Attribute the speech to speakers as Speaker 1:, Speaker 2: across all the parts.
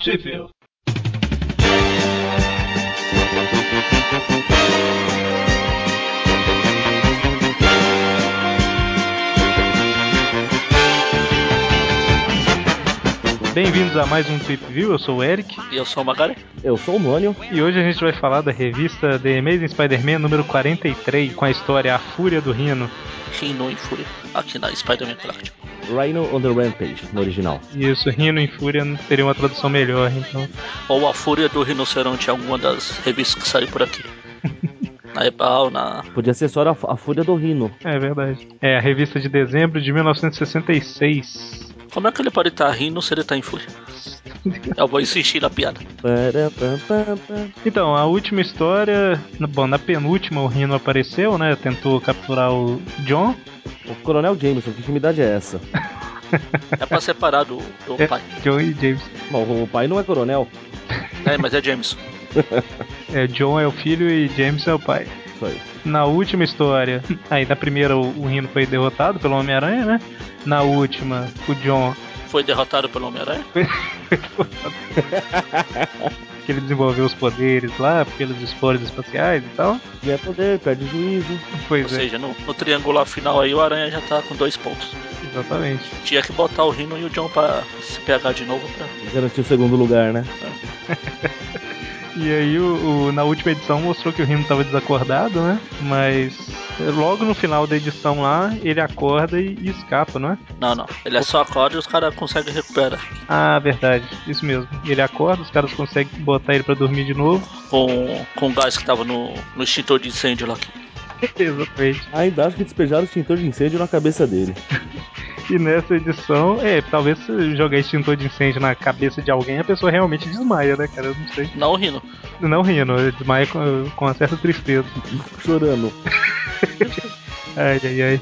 Speaker 1: Sheffield. Bem-vindos a mais um Trip View, eu sou o Eric
Speaker 2: E eu sou o Magari.
Speaker 3: Eu sou o Mônio.
Speaker 1: e hoje a gente vai falar da revista The Amazing Spider-Man número 43 com a história A Fúria do Rino.
Speaker 2: Reinou em Fúria aqui na Spider-Man Galactic.
Speaker 3: Rhino on the Rampage, no original.
Speaker 1: E isso, Rino em Fúria não teria uma tradução melhor, então.
Speaker 2: Ou a Fúria do Rinoceronte, alguma das revistas que saiu por aqui. na Ebal, na.
Speaker 3: Podia ser só a, a Fúria do Rino.
Speaker 1: É verdade. É a revista de dezembro de 1966.
Speaker 2: Como é que ele pode estar rindo se ele tá em Fúria? Eu vou insistir na piada.
Speaker 3: Para, pam, pam, pam.
Speaker 1: Então, a última história. na- Bom, na penúltima o Rino apareceu, né? Tentou capturar o John.
Speaker 3: O Coronel Jameson, que intimidade é essa?
Speaker 2: É pra separar do, do
Speaker 1: É,
Speaker 2: pai.
Speaker 1: John e James.
Speaker 3: Bom, o pai não é coronel.
Speaker 2: É, mas é Jameson.
Speaker 1: É, John é o filho e James é o pai.
Speaker 3: Isso aí.
Speaker 1: Na última história, aí na primeira o, o Rino foi derrotado pelo Homem-Aranha, né? Na última, o John.
Speaker 2: Foi derrotado pelo Homem-Aranha?
Speaker 1: que ele desenvolveu os poderes lá, pelos esporos espaciais e tal.
Speaker 3: Ganha poder, perde juízo.
Speaker 2: Ou
Speaker 1: Pois é,
Speaker 2: seja, no, no triangular final aí o Aranha já tá com dois pontos.
Speaker 1: exatamente.
Speaker 2: Tinha que botar o Rino e o John pra se pegar de novo pra.
Speaker 3: Garantiu o segundo lugar, né?
Speaker 1: E aí, o, o- na última edição mostrou que o Rino tava desacordado, né? Mas é, logo no final da edição lá, ele acorda e, e escapa, não é?
Speaker 2: Não, não. Ele é só acorda e os caras conseguem recuperar.
Speaker 1: Ah, verdade, isso mesmo. Ele acorda, os caras conseguem botar ele pra dormir de novo.
Speaker 2: Com, com o gás que tava no, no extintor de incêndio lá.
Speaker 1: Exatamente.
Speaker 3: Ainda acho que despejaram o extintor de incêndio na cabeça dele.
Speaker 1: E nessa edição, é, talvez se jogar extintor de incêndio na cabeça de alguém, a pessoa realmente desmaia, né, cara? Eu não sei.
Speaker 2: Não, o Rino.
Speaker 1: Não rindo, ele desmaia com, com uma certa tristeza.
Speaker 3: Chorando.
Speaker 1: Ai, ai, ai.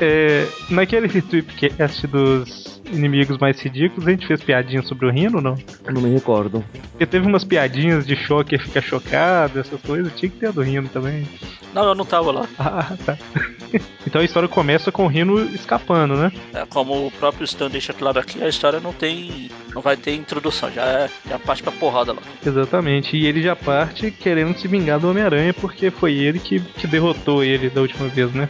Speaker 1: É, naquele tripcast dos inimigos mais ridículos, a gente fez piadinha sobre o Rino, não?
Speaker 3: Não me recordo.
Speaker 1: Porque teve umas piadinhas de choque, ficar chocado, essas coisas. Tinha que ter a do Rino também.
Speaker 2: Não, eu não tava lá.
Speaker 1: Ah, tá. Então a história começa com o Rino escapando, né?
Speaker 2: É, como o próprio Stan deixa claro aqui, a história não tem. não vai ter introdução, já, é- já parte pra porrada lá.
Speaker 1: Exatamente. E ele já parte querendo se vingar do Homem-Aranha, porque foi ele que, que derrotou ele da última vez, né?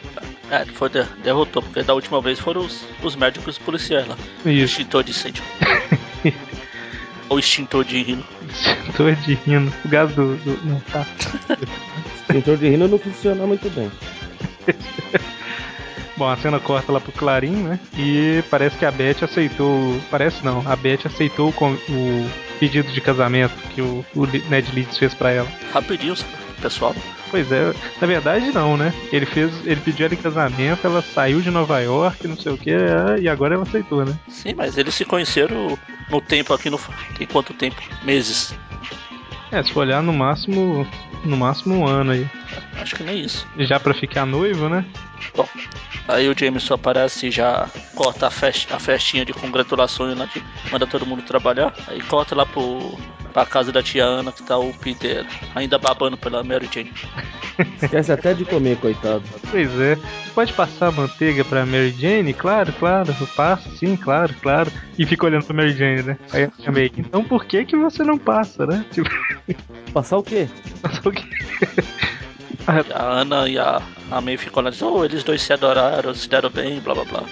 Speaker 2: É, ele foi de- derrotou, porque da última vez foram os, os médicos e os policiais lá. O
Speaker 1: Isso.
Speaker 2: extintor de incêndio. o extintor de rino.
Speaker 1: Tô de Rino. O gás do. do... Não, tá.
Speaker 3: Extintor de Rino não funciona muito bem.
Speaker 1: Bom, a cena corta lá pro Clarim, né? E parece que a Beth aceitou. Parece não, a Beth aceitou o, con- o pedido de casamento que o, o Li- Ned Leeds fez pra ela.
Speaker 2: Rapidinho, sabe, pessoal.
Speaker 1: Pois é, na verdade não, né? Ele fez, ele pediu ela em casamento, ela saiu de Nova York, não sei o que, e agora ela aceitou, né?
Speaker 2: Sim, mas eles se conheceram no tempo aqui, no, tem quanto tempo? Meses.
Speaker 1: É, se for olhar no máximo, no máximo um ano aí,
Speaker 2: Acho que nem isso.
Speaker 1: já pra ficar noivo, né?
Speaker 2: Bom, aí o Jameson aparece e já corta a, fest, a festinha de congratulações, né, de- manda todo mundo trabalhar. Aí corta lá pro, pra casa da tia Ana, que tá o Peter ainda babando pela Mary Jane.
Speaker 3: Esquece até de comer, coitado.
Speaker 1: Pois é. Você pode passar manteiga pra Mary Jane? Claro, claro. Eu passo, sim, claro, claro. E fica olhando pra Mary Jane, né? Aí eu chamei. Então por que que você não passa, né? Tipo,
Speaker 3: Passar o quê?
Speaker 1: passou o quê?
Speaker 2: E a Ana e a, a May ficam lá dizendo, oh, eles dois se adoraram, se deram bem, blá blá blá.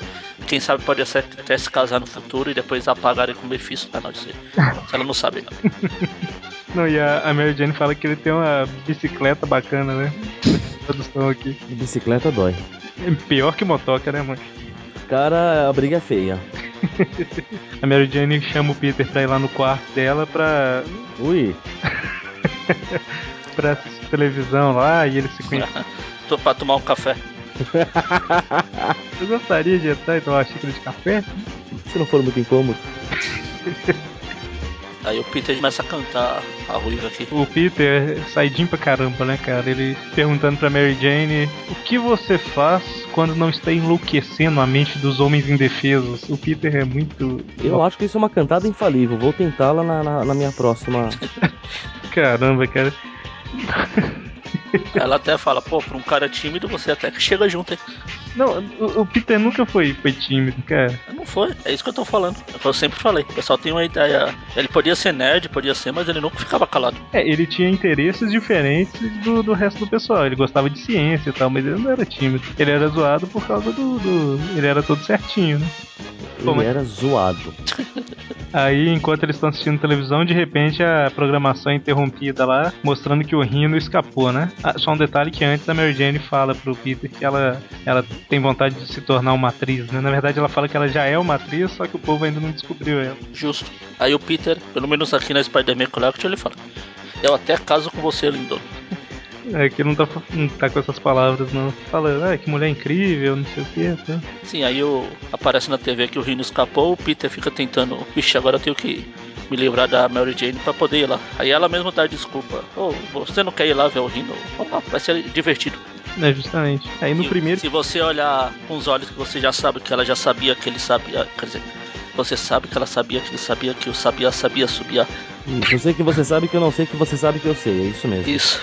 Speaker 2: Quem sabe pode até, até se casar no futuro e depois apagarem com benefício. Ah, não, isso aí. Ela não sabe. não.
Speaker 1: Não, e a, a Mary Jane fala que ele tem uma bicicleta bacana, né? Produção aqui.
Speaker 3: Bicicleta dói.
Speaker 1: É pior que motoca, né, mãe?
Speaker 3: Cara, a briga é feia.
Speaker 1: A Mary Jane chama o Peter pra ir lá no quarto dela pra,
Speaker 3: Ui,
Speaker 1: pra assistir televisão lá e ele se conhece.
Speaker 2: Tô pra tomar um café.
Speaker 1: Eu gostaria de entrar e tomar uma xícara de café?
Speaker 3: se não for muito incômodo.
Speaker 2: Aí o Peter começa a cantar a ruiva aqui.
Speaker 1: O Peter, saidinho pra caramba, né, cara? Ele perguntando pra Mary Jane o que você faz quando não está enlouquecendo a mente dos homens indefesos. O Peter é muito.
Speaker 3: Eu acho que isso é uma cantada infalível. Vou tentá-la na, na- na minha próxima.
Speaker 1: Caramba, cara.
Speaker 2: Ela até fala, pô, pra um cara tímido você até que chega junto, hein?
Speaker 1: Não, o, o Peter nunca foi, foi tímido, cara.
Speaker 2: Eu não Não foi, é isso que eu tô falando. É o que Eu sempre falei, o pessoal tem uma ideia. Ele podia ser nerd, podia ser, mas ele nunca ficava calado.
Speaker 1: É, ele tinha interesses diferentes do, do resto do pessoal. Ele gostava de ciência e tal, mas ele não era tímido. Ele era zoado por causa do. do- ele era todo certinho, né? Como
Speaker 3: Ele
Speaker 1: é?
Speaker 3: era zoado.
Speaker 1: Aí, enquanto eles estão assistindo televisão, de repente a programação é interrompida lá, mostrando que o Rino escapou, né? Ah, Só um detalhe que antes a Mary Jane fala pro Peter que ela, ela tem vontade de se tornar uma atriz, né? Na verdade, ela fala que ela já é uma atriz, só que o povo ainda não descobriu ela.
Speaker 2: Justo. Aí o Peter, pelo menos aqui na Spider-Man Collection, ele fala: Eu até caso com você, Lindon.
Speaker 1: É que não tá, fa- não tá com essas palavras, não. Fala, ah, que mulher incrível, não sei o que, tá?
Speaker 2: Sim, aí o- aparece na TV que o Rino escapou, o Peter fica tentando, vixe, agora eu tenho que me livrar da Mary Jane pra poder ir lá. Aí ela mesma dá desculpa. Ô, você não quer ir lá ver o Rino? Opa, vai ser divertido.
Speaker 1: É, justamente. Aí no
Speaker 2: E
Speaker 1: primeiro.
Speaker 2: Se você olhar com os olhos que você já sabe que ela já sabia que ele sabia, quer dizer, você sabe que ela sabia que ele sabia que eu sabia, sabia, subia.
Speaker 3: Eu sei que você sabe que eu não sei que você sabe que eu sei. É isso mesmo.
Speaker 2: Isso.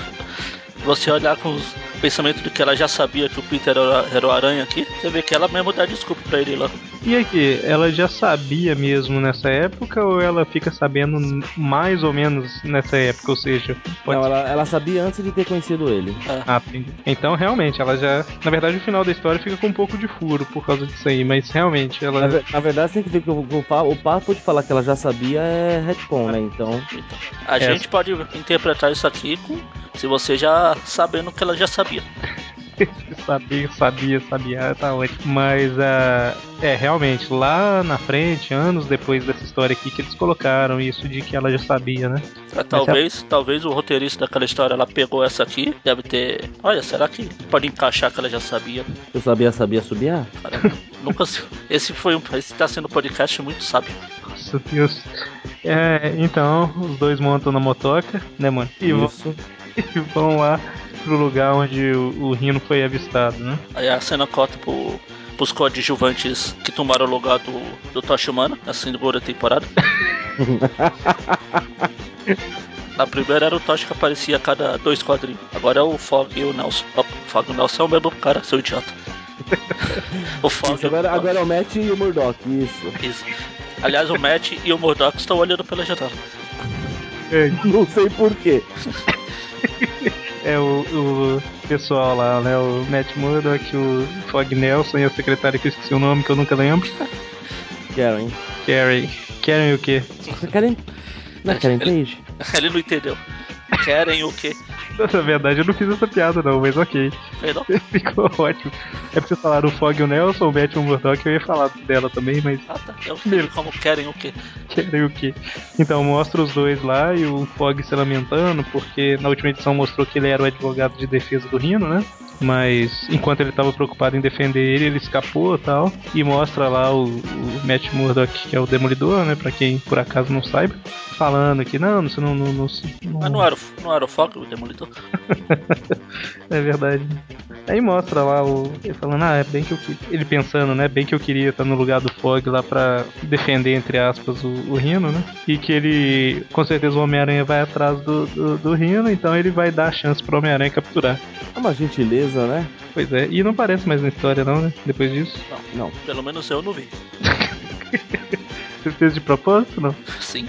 Speaker 2: Você olhar com os pensamentos de que ela já sabia que o Peter era, era o aranha aqui, você vê que ela mesma dá desculpa pra ele lá.
Speaker 1: E aqui, ela já sabia mesmo nessa época ou ela fica sabendo mais ou menos nessa época? Ou seja, pode
Speaker 3: Não, ela, ela sabia antes de ter conhecido ele.
Speaker 1: Ah, entendi. Então, realmente, ela já. Na verdade, o final da história fica com um pouco de furo por causa disso aí, mas realmente,
Speaker 3: Na,
Speaker 1: ela.
Speaker 3: ver- na verdade, tem que ver que eu, eu falo, o papo de falar que ela já sabia é retcon, né? Então,
Speaker 2: Então, a
Speaker 1: Essa.
Speaker 2: gente pode interpretar isso aqui com se você já sabendo que ela já sabia.
Speaker 1: é- sabia, sabia, sabia, tá ótimo. Mas, ah, é, realmente, lá na frente, anos depois dessa história aqui, que eles colocaram isso de que ela já sabia, né?
Speaker 2: Ah, Talvez, talvez o roteirista daquela história ela pegou essa aqui, deve ter. Olha, será que pode encaixar que ela já sabia?
Speaker 3: eu sabia, sabia, subia.
Speaker 2: Cara, nunca se- Esse foi um. Esse tá sendo um podcast muito sábio.
Speaker 1: Nossa Deus. É, então, os dois montam na motoca, né, mano? E, vão-
Speaker 3: Isso.
Speaker 1: e vão lá pro lugar onde o, o Rino foi avistado, né?
Speaker 2: Aí a cena corta pro, pros coadjuvantes que tomaram o lugar do, do Tocha Humana na segunda temporada. Na primeira era o Tocha que aparecia a cada dois quadrinhos. Agora é o Fog e o Nelson. O Fog e o Nelson é o mesmo cara, seu idiota. o Fog
Speaker 3: Isso, agora,
Speaker 2: e o
Speaker 3: agora é o Matt e o Murdoch, isso.
Speaker 2: Isso. Aliás, o Matt e o Murdoch estão olhando pela janela.
Speaker 1: É,
Speaker 3: Não sei porquê.
Speaker 1: É o, o pessoal lá, né? O Matt Murdock, o Fog Nelson e a secretária que eu esqueci o nome, que eu nunca lembro.
Speaker 3: Karen.
Speaker 1: Carrie. Carrie o quê?
Speaker 3: Você Karen. Não é Karen Page?
Speaker 2: Ele não entendeu. Querem o quê?
Speaker 1: Na verdade, eu não fiz essa piada, não, mas ok.
Speaker 2: Perdão?
Speaker 1: Ficou ótimo. É porque vocês falaram o Fog o Nelson, o Matt e o Murdock, eu ia falar dela também, mas
Speaker 2: Ah, tá. Eu entendi como querem o quê?
Speaker 1: Querem o quê? Então mostra os dois lá e o Fog se lamentando, porque na última edição mostrou que ele era o advogado de defesa do Rino, né? Mas enquanto ele estava preocupado em defender ele, ele escapou e tal. E mostra lá o, o Matt Murdock, que é o demolidor, né? Pra quem por acaso não saiba, falando que não, você não. não, não, se- não-
Speaker 2: Mas não era, o- não era o Fog, o Demolidor?
Speaker 1: é verdade. Aí mostra lá o. Ele falando, ah, é bem que eu que-" Ele pensando, né? Bem que eu queria estar no lugar do Fog lá pra defender, entre aspas, o, o Rino, né? E que ele. Com certeza o Homem-Aranha vai atrás do, do, do Rino, então ele vai dar a chance pro Homem-Aranha capturar.
Speaker 3: É uma gentileza, né?
Speaker 1: Pois é, e não parece mais na história, não, né? Depois disso.
Speaker 3: Não.
Speaker 2: Pelo menos eu não vi.
Speaker 1: Você fez de propósito, não?
Speaker 2: Sim.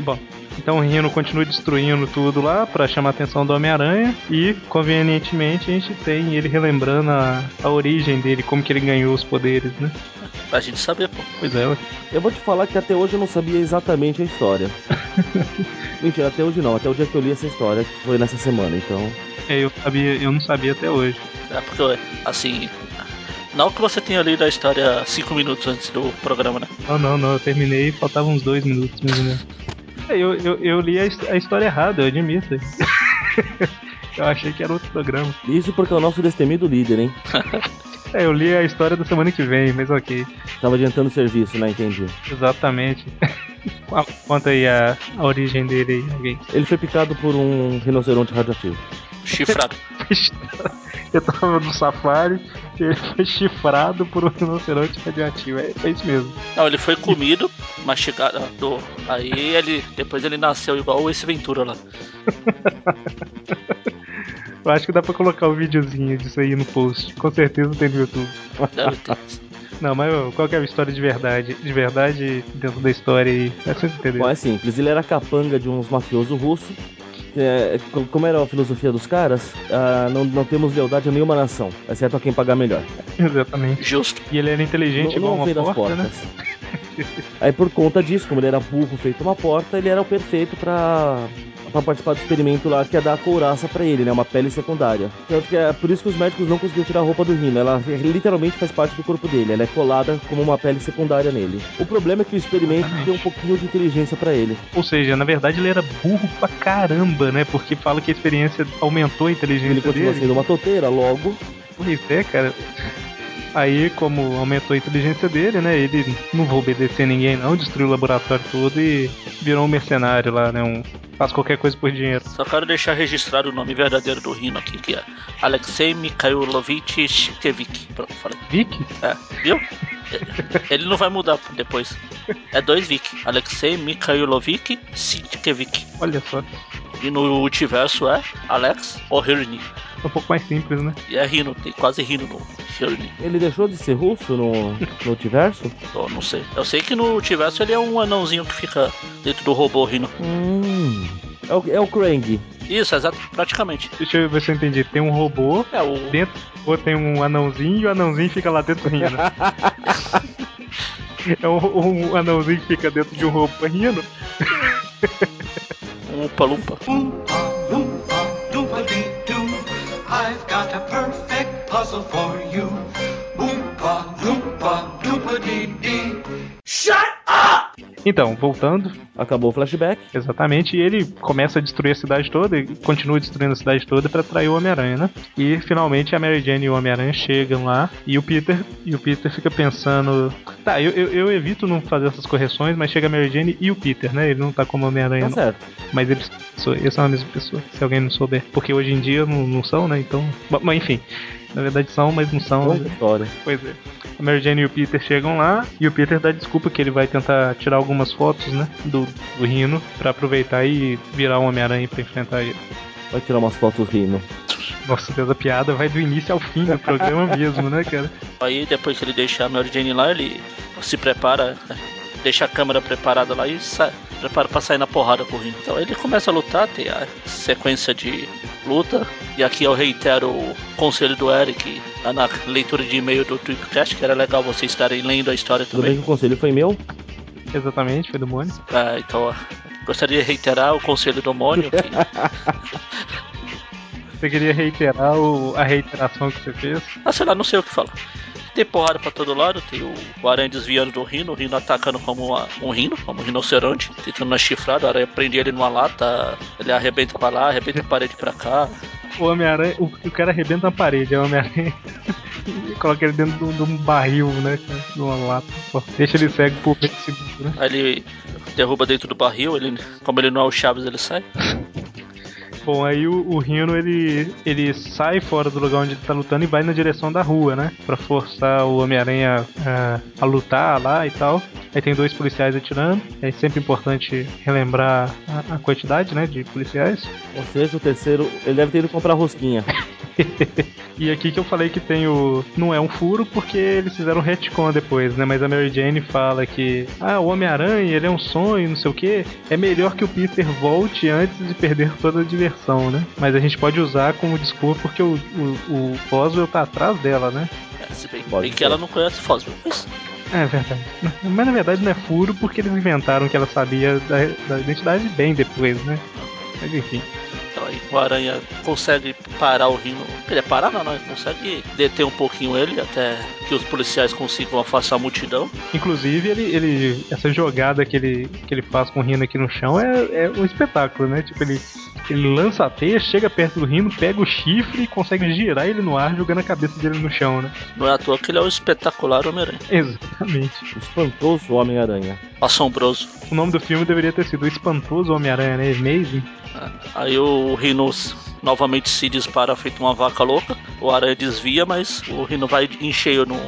Speaker 1: Bom, então o Rino continua destruindo tudo lá pra chamar a atenção do Homem-Aranha e, convenientemente, a gente tem ele relembrando a, a origem dele, como que ele ganhou os poderes, né?
Speaker 2: Pra gente saber, pô.
Speaker 1: Pois é, ué.
Speaker 3: Eu vou te falar que até hoje eu não sabia exatamente a história. Mentira, até hoje não. Até o dia que eu li essa história, que foi nessa semana, então.
Speaker 1: É, eu, sabia, eu não sabia até hoje.
Speaker 2: É porque, assim. Não que você tenha lido a história cinco minutos antes do programa, né?
Speaker 1: Ah, Não, não, não, eu terminei e faltavam uns dois minutos mais ou menos. É, Eu, eu, eu li a, his- a história errada, eu admito. eu achei que era outro programa.
Speaker 3: Isso porque é o nosso destemido líder, hein?
Speaker 1: É, eu li a história da semana que vem, mas ok.
Speaker 3: Tava adiantando o serviço, né? Entendi.
Speaker 1: Exatamente. Qu- Conta aí a, a origem dele aí, alguém.
Speaker 3: Ele foi picado por um rinoceronte radioativo.
Speaker 2: Chifrado.
Speaker 1: Eu tava no safari e ele foi chifrado por um rinoceronte radioativo. É, é isso mesmo.
Speaker 2: Não, ele foi comido, mastigado. Aí ele. Depois ele nasceu igual esse Ventura lá.
Speaker 1: Eu acho que dá pra colocar o videozinho disso aí no post. Com certeza tem no YouTube.
Speaker 2: Deve ter.
Speaker 1: Não, mas ô, qual que é a história de verdade? De verdade, dentro da história aí. É pra você entender.
Speaker 3: Bom, é simples, ele era capanga de uns mafiosos russos. É, co- como era a filosofia dos caras, ah, não, não temos lealdade a nenhuma nação, exceto a quem pagar melhor.
Speaker 1: Exatamente.
Speaker 2: Justo.
Speaker 1: E ele era inteligente
Speaker 3: não,
Speaker 1: igual
Speaker 3: não
Speaker 1: uma
Speaker 3: feira as
Speaker 1: porta, né?
Speaker 3: portas. Aí por conta disso, como ele era burro feito uma porta, ele era o perfeito pra, pra participar do experimento lá que ia dar a couraça pra ele, né? Uma pele secundária. Tanto que é por isso que os médicos não conseguiram tirar a roupa do Rino. Ela literalmente faz parte do corpo dele. Ela é colada como uma pele secundária nele. O problema é que o experimento deu um pouquinho de inteligência pra ele.
Speaker 1: Ou seja, na verdade ele era burro pra caramba, né? Porque fala que a experiência aumentou a
Speaker 3: Ele
Speaker 1: inteligência
Speaker 3: continua
Speaker 1: dele.
Speaker 3: sendo uma toteira, logo
Speaker 1: Pois é, cara. Aí, como aumentou a inteligência dele, né? Ele não vou obedecer ninguém, não. Destruiu o laboratório todo e virou um mercenário lá, né? Um, faz qualquer coisa por dinheiro.
Speaker 2: Só quero deixar registrado o nome verdadeiro do Rino aqui, que é Alexei Mikhailovich Shkevich. Pronto, falei.
Speaker 1: Vic?
Speaker 2: É, viu? Ele não vai mudar depois. É dois Vic. Alexei Mikhailovich Sitkevich.
Speaker 1: Olha só.
Speaker 2: E no multiverso é Alex O'Hirny.
Speaker 1: É um pouco mais simples, né?
Speaker 2: E é Rino, tem quase Rino no O'Hirny.
Speaker 3: Ele deixou de ser russo no, no multiverso?
Speaker 2: Eu não sei. Eu sei que no multiverso ele é um anãozinho que fica dentro do robô Rino.
Speaker 3: Hum. É o, é o Krang.
Speaker 2: Isso, exato, praticamente.
Speaker 1: Deixa eu ver se eu entendi. Tem um robô,
Speaker 2: É o.
Speaker 1: dentro do robô tem um anãozinho e o anãozinho fica lá dentro rindo. é um, um anãozinho que fica dentro de um robô rindo.
Speaker 2: Um Upa-Lumpa.
Speaker 4: Oompa, loompa, doompa-dee-doo. I've got a perfect puzzle for you. Oompa, loompa, doopa-dee-dee. Shut up!
Speaker 1: Então, voltando,
Speaker 3: Acabou o flashback.
Speaker 1: Exatamente, e ele começa a destruir a cidade toda e continua destruindo a cidade toda pra atrair o Homem-Aranha, né? E finalmente a Mary Jane e o Homem-Aranha chegam lá e o Peter e o Peter fica pensando, tá, eu, eu, eu evito não fazer essas correções, mas chega a Mary Jane e o Peter, né? Ele não tá como Homem-Aranha,
Speaker 3: Tá
Speaker 1: não.
Speaker 3: certo.
Speaker 1: mas eles, são- eles são a mesma pessoa, se alguém não souber, porque hoje em dia não, não são, né? Então, bom, mas enfim, na verdade são, mas não são. né?
Speaker 3: Longa história.
Speaker 1: Pois é. A Mary Jane e o Peter chegam lá e o Peter dá desculpa que ele vai tentar tirar algumas fotos, né, do, do Rino pra aproveitar e virar o Homem-Aranha pra enfrentar ele.
Speaker 3: Vai tirar umas fotos rindo.
Speaker 1: Nossa, Deus, a piada vai do início ao fim do programa mesmo, né, cara?
Speaker 2: Aí depois que ele deixa a Mary Jane lá, ele se prepara, né? deixa a câmera preparada lá e sai, prepara pra sair na porrada correndo. Então ele começa a lutar, tem a sequência de luta. E aqui eu reitero o conselho do Eric lá na leitura de e-mail do Tweepcast, que era legal vocês estarem lendo a história
Speaker 3: Tudo bem
Speaker 2: também.
Speaker 3: que o conselho foi meu?
Speaker 1: Exatamente, foi do Mônio.
Speaker 2: Ah, então ó, gostaria de reiterar o conselho do Mônio, que
Speaker 1: Você queria reiterar o- a reiteração que você fez?
Speaker 2: Ah, sei lá, não sei o que falar. Tem porrada pra todo lado, tem o o aranha desviando do rino, o rino atacando como uma- um rino, como um rinoceronte, tentando na chifrada, o aranha prende ele numa lata, ele arrebenta pra lá, arrebenta a parede pra cá.
Speaker 1: O Homem-Aranha, o, o cara arrebenta a parede, é o Homem-Aranha. E coloca ele dentro de um, de um barril, né? cara, De uma lata. Pô, deixa ele cego por meio segundo, né?
Speaker 2: Aí ele derruba dentro do barril, ele, como ele não é o Chaves, ele sai.
Speaker 1: Bom, aí o, o Rhino ele, ele sai fora do lugar onde ele tá lutando e vai na direção da rua, né? Pra forçar o Homem-Aranha ah, a lutar lá e tal. Aí tem dois policiais atirando. É sempre importante relembrar a, a quantidade, né? De policiais.
Speaker 3: Ou seja, o terceiro, ele deve ter ido comprar rosquinha.
Speaker 1: E aqui que eu falei que tem o. Não é um furo porque eles fizeram um retcon depois, né? Mas a Mary Jane fala que. Ah, o Homem-Aranha, ele é um sonho, não sei o quê. É melhor que o Peter volte antes de perder toda a diversão, né? Mas a gente pode usar como desculpa porque o, o, o Oswald tá atrás dela, né?
Speaker 2: É, se bem,
Speaker 3: Pode
Speaker 2: bem que
Speaker 3: ser.
Speaker 2: ela não conhece o Foswell. Mas
Speaker 1: É verdade. Mas na verdade não é furo porque eles inventaram que ela sabia da, da identidade bem depois, né? Mas enfim.
Speaker 2: então aí o aranha consegue parar o rino. Quer dizer, parar não, não, ele consegue deter um pouquinho ele até que os policiais consigam afastar a multidão.
Speaker 1: Inclusive, ele, ele- essa jogada que ele, que ele faz com o Rino aqui no chão é, é um espetáculo, né? Tipo, ele, ele lança a teia, chega perto do Rino, pega o chifre e consegue girar ele no ar, jogando a cabeça dele no chão, né?
Speaker 2: Não é à toa que ele é o espetacular Homem-Aranha.
Speaker 1: Exatamente.
Speaker 3: Espantoso Homem-Aranha.
Speaker 2: Assombroso.
Speaker 1: O nome do filme deveria ter sido O Espantoso Homem-Aranha, né? Amazing.
Speaker 2: Aí o Rhinos Novamente se dispara feito uma vaca louca. O aranha desvia, mas o Rino vai em cheio num,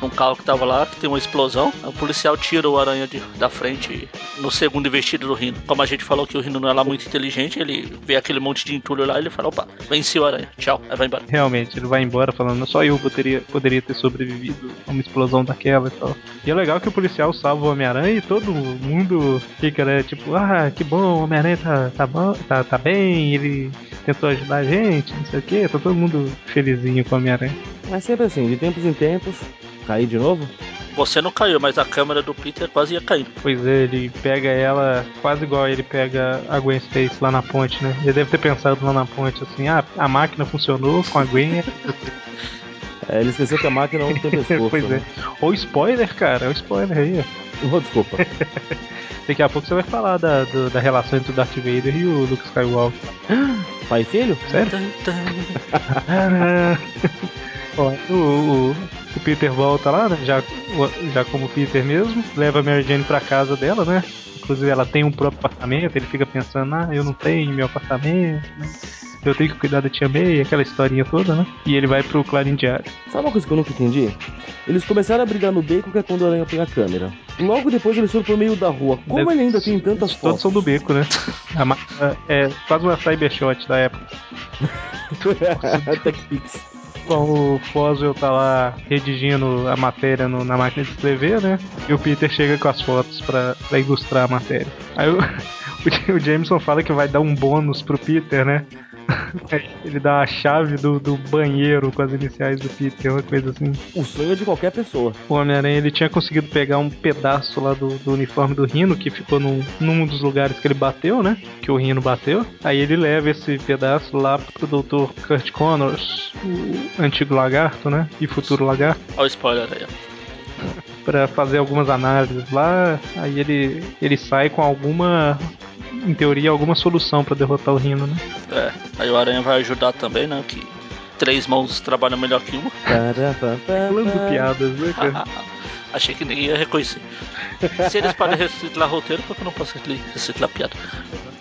Speaker 2: num carro que tava lá, que tem uma explosão. O policial tira o aranha de- da frente no segundo investido do Rino. Como a gente falou que o Rino não é lá muito inteligente, ele vê aquele monte de entulho lá ele fala: opa, venci o aranha, tchau, aí vai embora.
Speaker 1: Realmente, ele vai embora falando, só eu poderia, poderia ter sobrevivido a uma explosão daquela e tal. E é legal que o policial salva o Homem-Aranha e todo mundo fica, né, tipo, ah, que bom, o Homem-Aranha tá, tá, bom, tá, tá bem, ele tentou ajudar a gente, não sei o que, tá todo mundo felizinho com o Homem-Aranha.
Speaker 3: Mas sempre assim, de tempos em tempos. Caí de novo?
Speaker 2: Você não caiu, mas a câmera do Peter quase ia caindo.
Speaker 1: Pois é, ele pega ela quase igual ele pega a Gwen Stacy lá na ponte, né? Ele deve ter pensado lá na ponte, assim, ah, a máquina funcionou com a Gwen,
Speaker 3: É, ele esqueceu que a máquina não tem pescoço.
Speaker 1: pois é.
Speaker 3: né?
Speaker 1: Ou spoiler, cara, é o spoiler aí, ó.
Speaker 3: Oh, desculpa.
Speaker 1: Daqui a pouco você vai falar da, do- da relação entre o Darth Vader e o Luke Skywalker.
Speaker 3: Pai e filho?
Speaker 1: Sério?
Speaker 2: Tan, tan.
Speaker 1: Bom, o, o- o Peter volta lá, né? Já, o- já como Peter mesmo, leva a Mary Jane pra casa dela, né? Inclusive ela tem um próprio apartamento, ele fica pensando, ah, eu não tenho meu apartamento, né? Eu tenho que cuidar da tia May, aquela historinha toda, né? E ele vai pro Clarim Diário.
Speaker 3: Sabe uma coisa que eu nunca entendi? Eles começaram a brigar no beco que é quando o aranha pega a câmera. Logo depois eles foram pro meio da rua. Como
Speaker 1: Deve-
Speaker 3: ele ainda tem tantas
Speaker 1: Todos
Speaker 3: fotos?
Speaker 1: são do beco, né? A ma- é quase uma cybershot da época.
Speaker 3: TechPix.
Speaker 1: Bom, o Foswell tá lá redigindo a matéria no- na máquina de escrever, né? E o Peter chega com as fotos pra, pra ilustrar a matéria. Aí o, o Ja- o Jameson fala que vai dar um bônus pro Peter, né? Aí Ele dá a chave do, do banheiro com as iniciais do Peter, uma coisa assim.
Speaker 3: O sonho é de qualquer pessoa.
Speaker 1: O Homem-Aranha ele tinha conseguido pegar um pedaço lá do, do uniforme do Rino, que ficou num, num dos lugares que ele bateu, né? Que o Rino bateu. Aí ele leva esse pedaço lá pro Dr. Kurt Connors, o antigo lagarto, né? E futuro lagarto,
Speaker 2: Olha o spoiler aí. ó.
Speaker 1: pra fazer algumas análises lá. Aí ele, ele sai com alguma. Em teoria, alguma solução pra derrotar o Rino, né?
Speaker 2: É, aí o Aranha vai ajudar também, né? Que três mãos trabalham melhor que uma.
Speaker 1: Falando
Speaker 3: Tarapapá.
Speaker 1: piadas, né, cara?
Speaker 2: Achei que ninguém ia reconhecer. Se eles podem reciclar roteiro, por que eu não posso recicl- reciclar piada?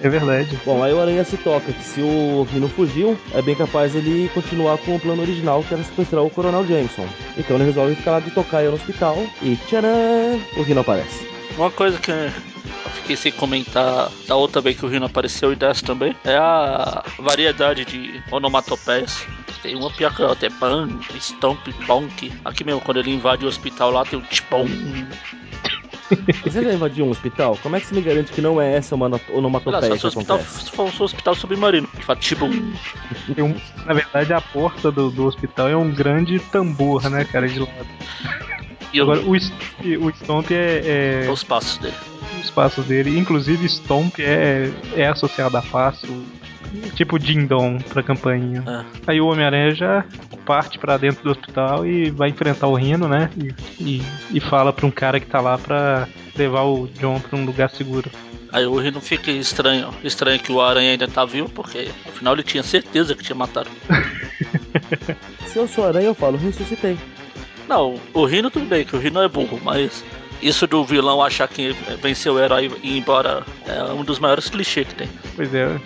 Speaker 1: É verdade.
Speaker 3: Bom, aí o Aranha se toca que se o Rino fugiu, é bem capaz ele continuar com o plano original, que era sequestrar o Coronel Jameson. Então ele resolve ficar lá de tocar no hospital e tcharam! O Rino aparece.
Speaker 2: Uma coisa que eu fiquei sem comentar da outra vez que o Rino apareceu e dessa também é a variedade de onomatopeias. Tem uma pior que a outra, é ban, stomp, bonk. Aqui mesmo, quando ele invade o hospital lá, tem um o tchbom.
Speaker 3: Você já invadiu um hospital? Como é que você me garante que não é essa uma ono-
Speaker 2: Olha só,
Speaker 3: onomatopeia
Speaker 2: se
Speaker 3: que
Speaker 2: o hospital
Speaker 3: acontece?
Speaker 2: se for um hospital submarino, que fala tchbom.
Speaker 1: Tem um- na verdade, a porta do, do hospital é um grande tambor, né, cara? De lado.
Speaker 2: E
Speaker 1: Agora,
Speaker 2: eu,
Speaker 1: o, St- o Stomp é- é
Speaker 2: os passos dele.
Speaker 1: os passos dele. Inclusive, Stomp é, é associado a passo, tipo Dindon pra campainha.
Speaker 2: É.
Speaker 1: Aí o Homem-Aranha já parte pra dentro do hospital e vai enfrentar o Rino, né? E, e, e fala pra um cara que tá lá pra levar o John pra um lugar seguro.
Speaker 2: Aí o Rino fica estranho. Estranho que o Aranha ainda tá vivo, porque afinal ele tinha certeza que tinha matado.
Speaker 3: Se eu sou aranha, eu falo, ressuscitei.
Speaker 2: Não, o Rino tudo bem, que o Rino é burro, mas isso do vilão achar que venceu o herói e ir embora é um dos maiores clichês que tem.
Speaker 1: Pois é,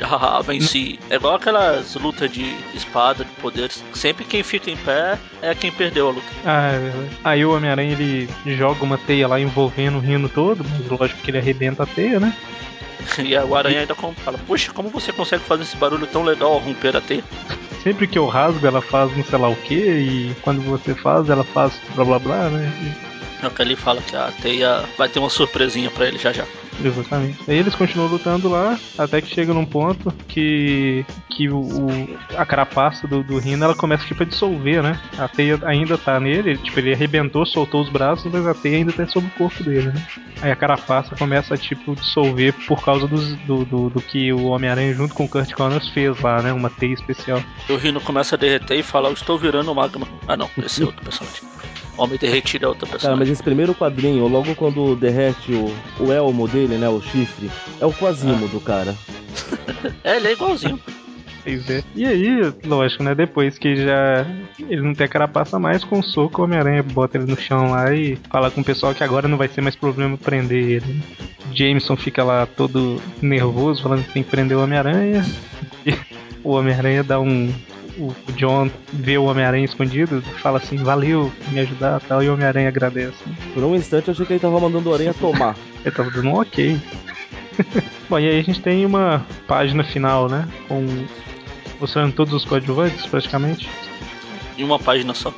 Speaker 2: Haha, venci. É igual aquelas lutas de espada, de poderes. Sempre quem fica em pé é quem perdeu a luta.
Speaker 1: Ah, é verdade. aí o Homem-Aranha ele joga uma teia lá envolvendo o Rino todo, mas lógico que ele arrebenta a teia, né?
Speaker 2: E aí o Aranha ainda com- fala: Poxa, como você consegue fazer esse barulho tão legal ao romper a teia?
Speaker 1: Sempre que eu rasgo ela faz não sei lá o que, e quando você faz ela faz blá blá blá, né? E-
Speaker 2: É o que ele fala que a teia vai ter uma surpresinha pra ele já já.
Speaker 1: Exatamente. Aí eles continuam lutando lá, até que chega num ponto que, que o, o- a carapaça do, do Rino ela começa tipo a dissolver, né? A teia ainda tá nele, ele, tipo, ele arrebentou, soltou os braços, mas a teia ainda tá sobre o corpo dele, né? Aí a carapaça começa a tipo dissolver por causa dos- do, do, do que o Homem-Aranha junto com o Kurt Connors fez lá, né? Uma teia especial.
Speaker 2: E o Rino começa a derreter e fala: Eu estou virando magma. Ah, não, esse é outro personagem. Homem derretido é outro
Speaker 3: Cara,
Speaker 2: personagem.
Speaker 3: mas esse primeiro quadrinho, logo quando derrete o, o elmo dele, né, o chifre, é o Quasimo do cara.
Speaker 2: É, ele é igualzinho.
Speaker 1: Pois é. E aí, lógico, né? Depois que já ele não tem a carapaça mais, com o soco, o Homem-Aranha bota ele no chão lá e fala com o pessoal que agora não vai ser mais problema prender ele. né? Jameson fica lá todo nervoso, falando que tem que prender o Homem-Aranha. E o Homem-Aranha dá um. O o John vê o Homem-Aranha escondido, fala assim, valeu por me ajudar tal, e o Homem-Aranha agradece. né.
Speaker 3: Por um instante eu achei que ele tava mandando o Aranha tomar.
Speaker 1: Ele tava dando um ok. Bom, e aí a gente tem uma página final, né? Com. Mostrando todos os coadjuvantes, praticamente.
Speaker 2: Em uma página só.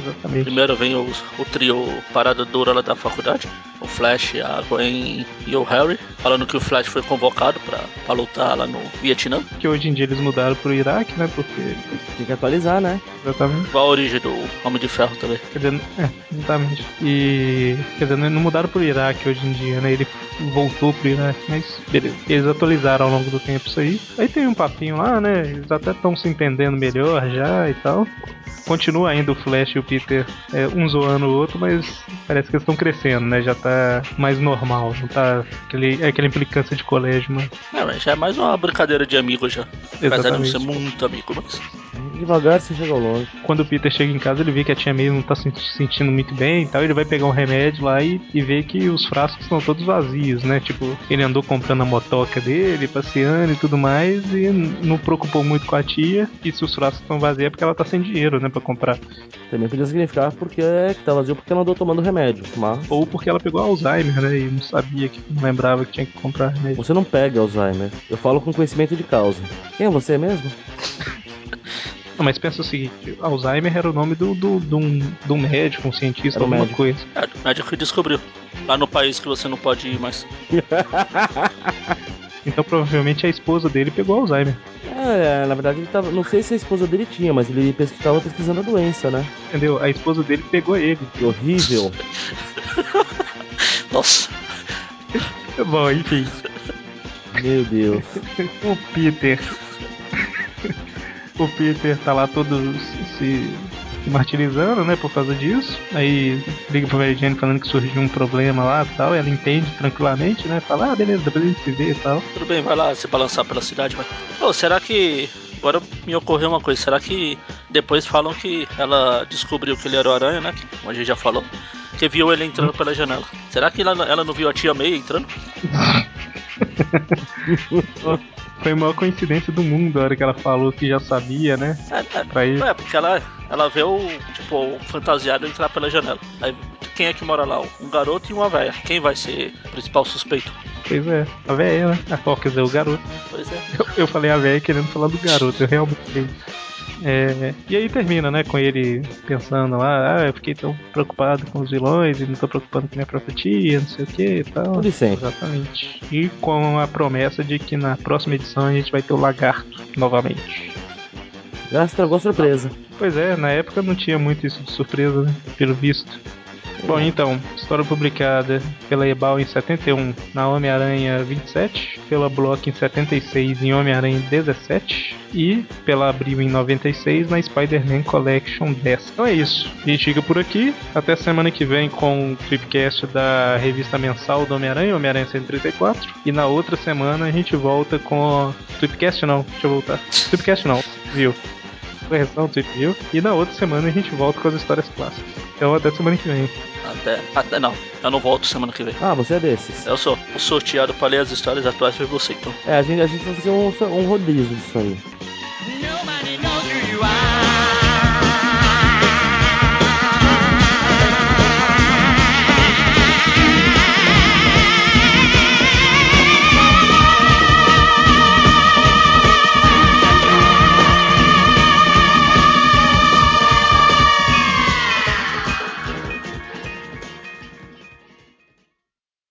Speaker 1: Exatamente.
Speaker 2: Primeiro vem o, o trio Parada Dura lá da faculdade, o Flash, a Gwen e o Harry, falando que o Flash foi convocado pra, pra lutar lá no Vietnã.
Speaker 1: Que hoje em dia eles mudaram pro Iraque, né? Porque.
Speaker 3: Tem que atualizar, né?
Speaker 1: Exatamente.
Speaker 2: Qual a origem do Homem de Ferro também?
Speaker 1: Quer dizer, é, exatamente. E. Quer dizer, não mudaram pro Iraque hoje em dia, né? Ele voltou pro Iraque, mas beleza. Eles atualizaram ao longo do tempo isso aí. Aí tem um papinho lá, né? Eles até estão se entendendo melhor já e tal. Continua ainda o Flash e o Peter é, um zoando o outro, mas parece que eles estão crescendo, né? Já tá mais normal, não tá aquele, é aquela implicância de colégio, mano.
Speaker 2: É, mas já é mais uma brincadeira de amigo já. Apesar de não
Speaker 1: Exatamente.
Speaker 2: ser muito amigo, mas.
Speaker 3: Devagar você chega longe.
Speaker 1: Quando o Peter chega em casa, ele vê que a tia May não tá se se sentindo muito bem e tal. Ele vai pegar um remédio lá e, e vê que os frascos estão todos vazios, né? Tipo, ele andou comprando a motoca dele, passeando e tudo mais, e n- não preocupou muito com a tia. E se os frascos estão vazios é porque ela tá sem dinheiro, né, pra comprar.
Speaker 3: Também podia significar porque é que tá vazio porque ela andou tomando remédio. Mas
Speaker 1: Ou porque ela pegou Alzheimer, né? E não sabia, que não lembrava que tinha que comprar remédio.
Speaker 3: você não pega Alzheimer. Eu falo com conhecimento de causa. Quem é você mesmo?
Speaker 1: Não, mas pensa o seguinte: Alzheimer era o nome do, do, de um, de um médico, um cientista,
Speaker 3: Era um
Speaker 1: alguma
Speaker 3: médico.
Speaker 1: coisa.
Speaker 2: É, o médico que descobriu. Lá no país que você não pode ir mais.
Speaker 1: Então provavelmente a esposa dele pegou Alzheimer.
Speaker 3: É, na verdade ele tava. Não sei se a esposa dele tinha, mas ele pesqui- tava pesquisando a doença, né?
Speaker 1: Entendeu? A esposa dele pegou ele.
Speaker 3: Que horrível.
Speaker 2: Nossa,
Speaker 1: Bom, enfim.
Speaker 3: Meu Deus.
Speaker 1: O Peter. o Peter tá lá todo se se martirizando, né, por causa disso. Aí liga pra Mary Jane falando que surgiu um problema lá e tal. Ela entende tranquilamente, né? Fala, ah, beleza, depois a gente se vê e tal.
Speaker 2: tudo bem, vai lá se balançar pela cidade, mas. Ô, será que. Agora me ocorreu uma coisa, será que depois falam que ela descobriu que ele era o aranha, né? que- Como a gente já falou. Que viu ele entrando pela janela. Será que ela, ela não viu a tia May entrando?
Speaker 1: Foi a maior coincidência do mundo a hora que ela falou que já sabia, né?
Speaker 2: É, é,
Speaker 1: Pra ir.
Speaker 2: É, porque ela, ela vê o, tipo, o fantasiado entrar pela janela. Aí, quem é que mora lá? Um garoto e uma velha. Quem vai ser o principal suspeito?
Speaker 1: Pois é, a véia, né? A qual quer dizer, o garoto.
Speaker 2: Pois é.
Speaker 1: Eu, eu falei a véia querendo falar do garoto, eu realmente. É, e aí termina, né, com ele pensando lá, ah, eu fiquei tão preocupado com os vilões e não tô preocupando com minha própria tia, não sei o que e tal.
Speaker 3: Tudo e sempre.
Speaker 1: Exatamente. E com a promessa de que na próxima edição a gente vai ter o lagarto novamente.
Speaker 3: Já estragou a surpresa.
Speaker 1: Pois é, na época não tinha muito isso de surpresa, né? Pelo visto. Bom, então, história publicada pela Ebal em 71 na Homem-Aranha 27, pela Block em 76 em Homem-Aranha 17 e pela Abril em 96 na Spider-Man Collection 10. Então é isso, a gente fica por aqui. Até semana que vem com o Tripcast da revista mensal do Homem-Aranha, Homem-Aranha 134. E na outra semana a gente volta com. Tripcast não, deixa eu voltar. Tripcast não, viu? Correção, Trip View. E na outra semana a gente volta com as histórias clássicas. Então até semana que vem.
Speaker 2: Até, até não. Eu não volto semana que vem.
Speaker 3: Ah, você é desses.
Speaker 2: Eu sou o sorteado para ler as histórias atuais pra você, então.
Speaker 3: É, a gente, a gente vai fazer um, um rodízio disso aí.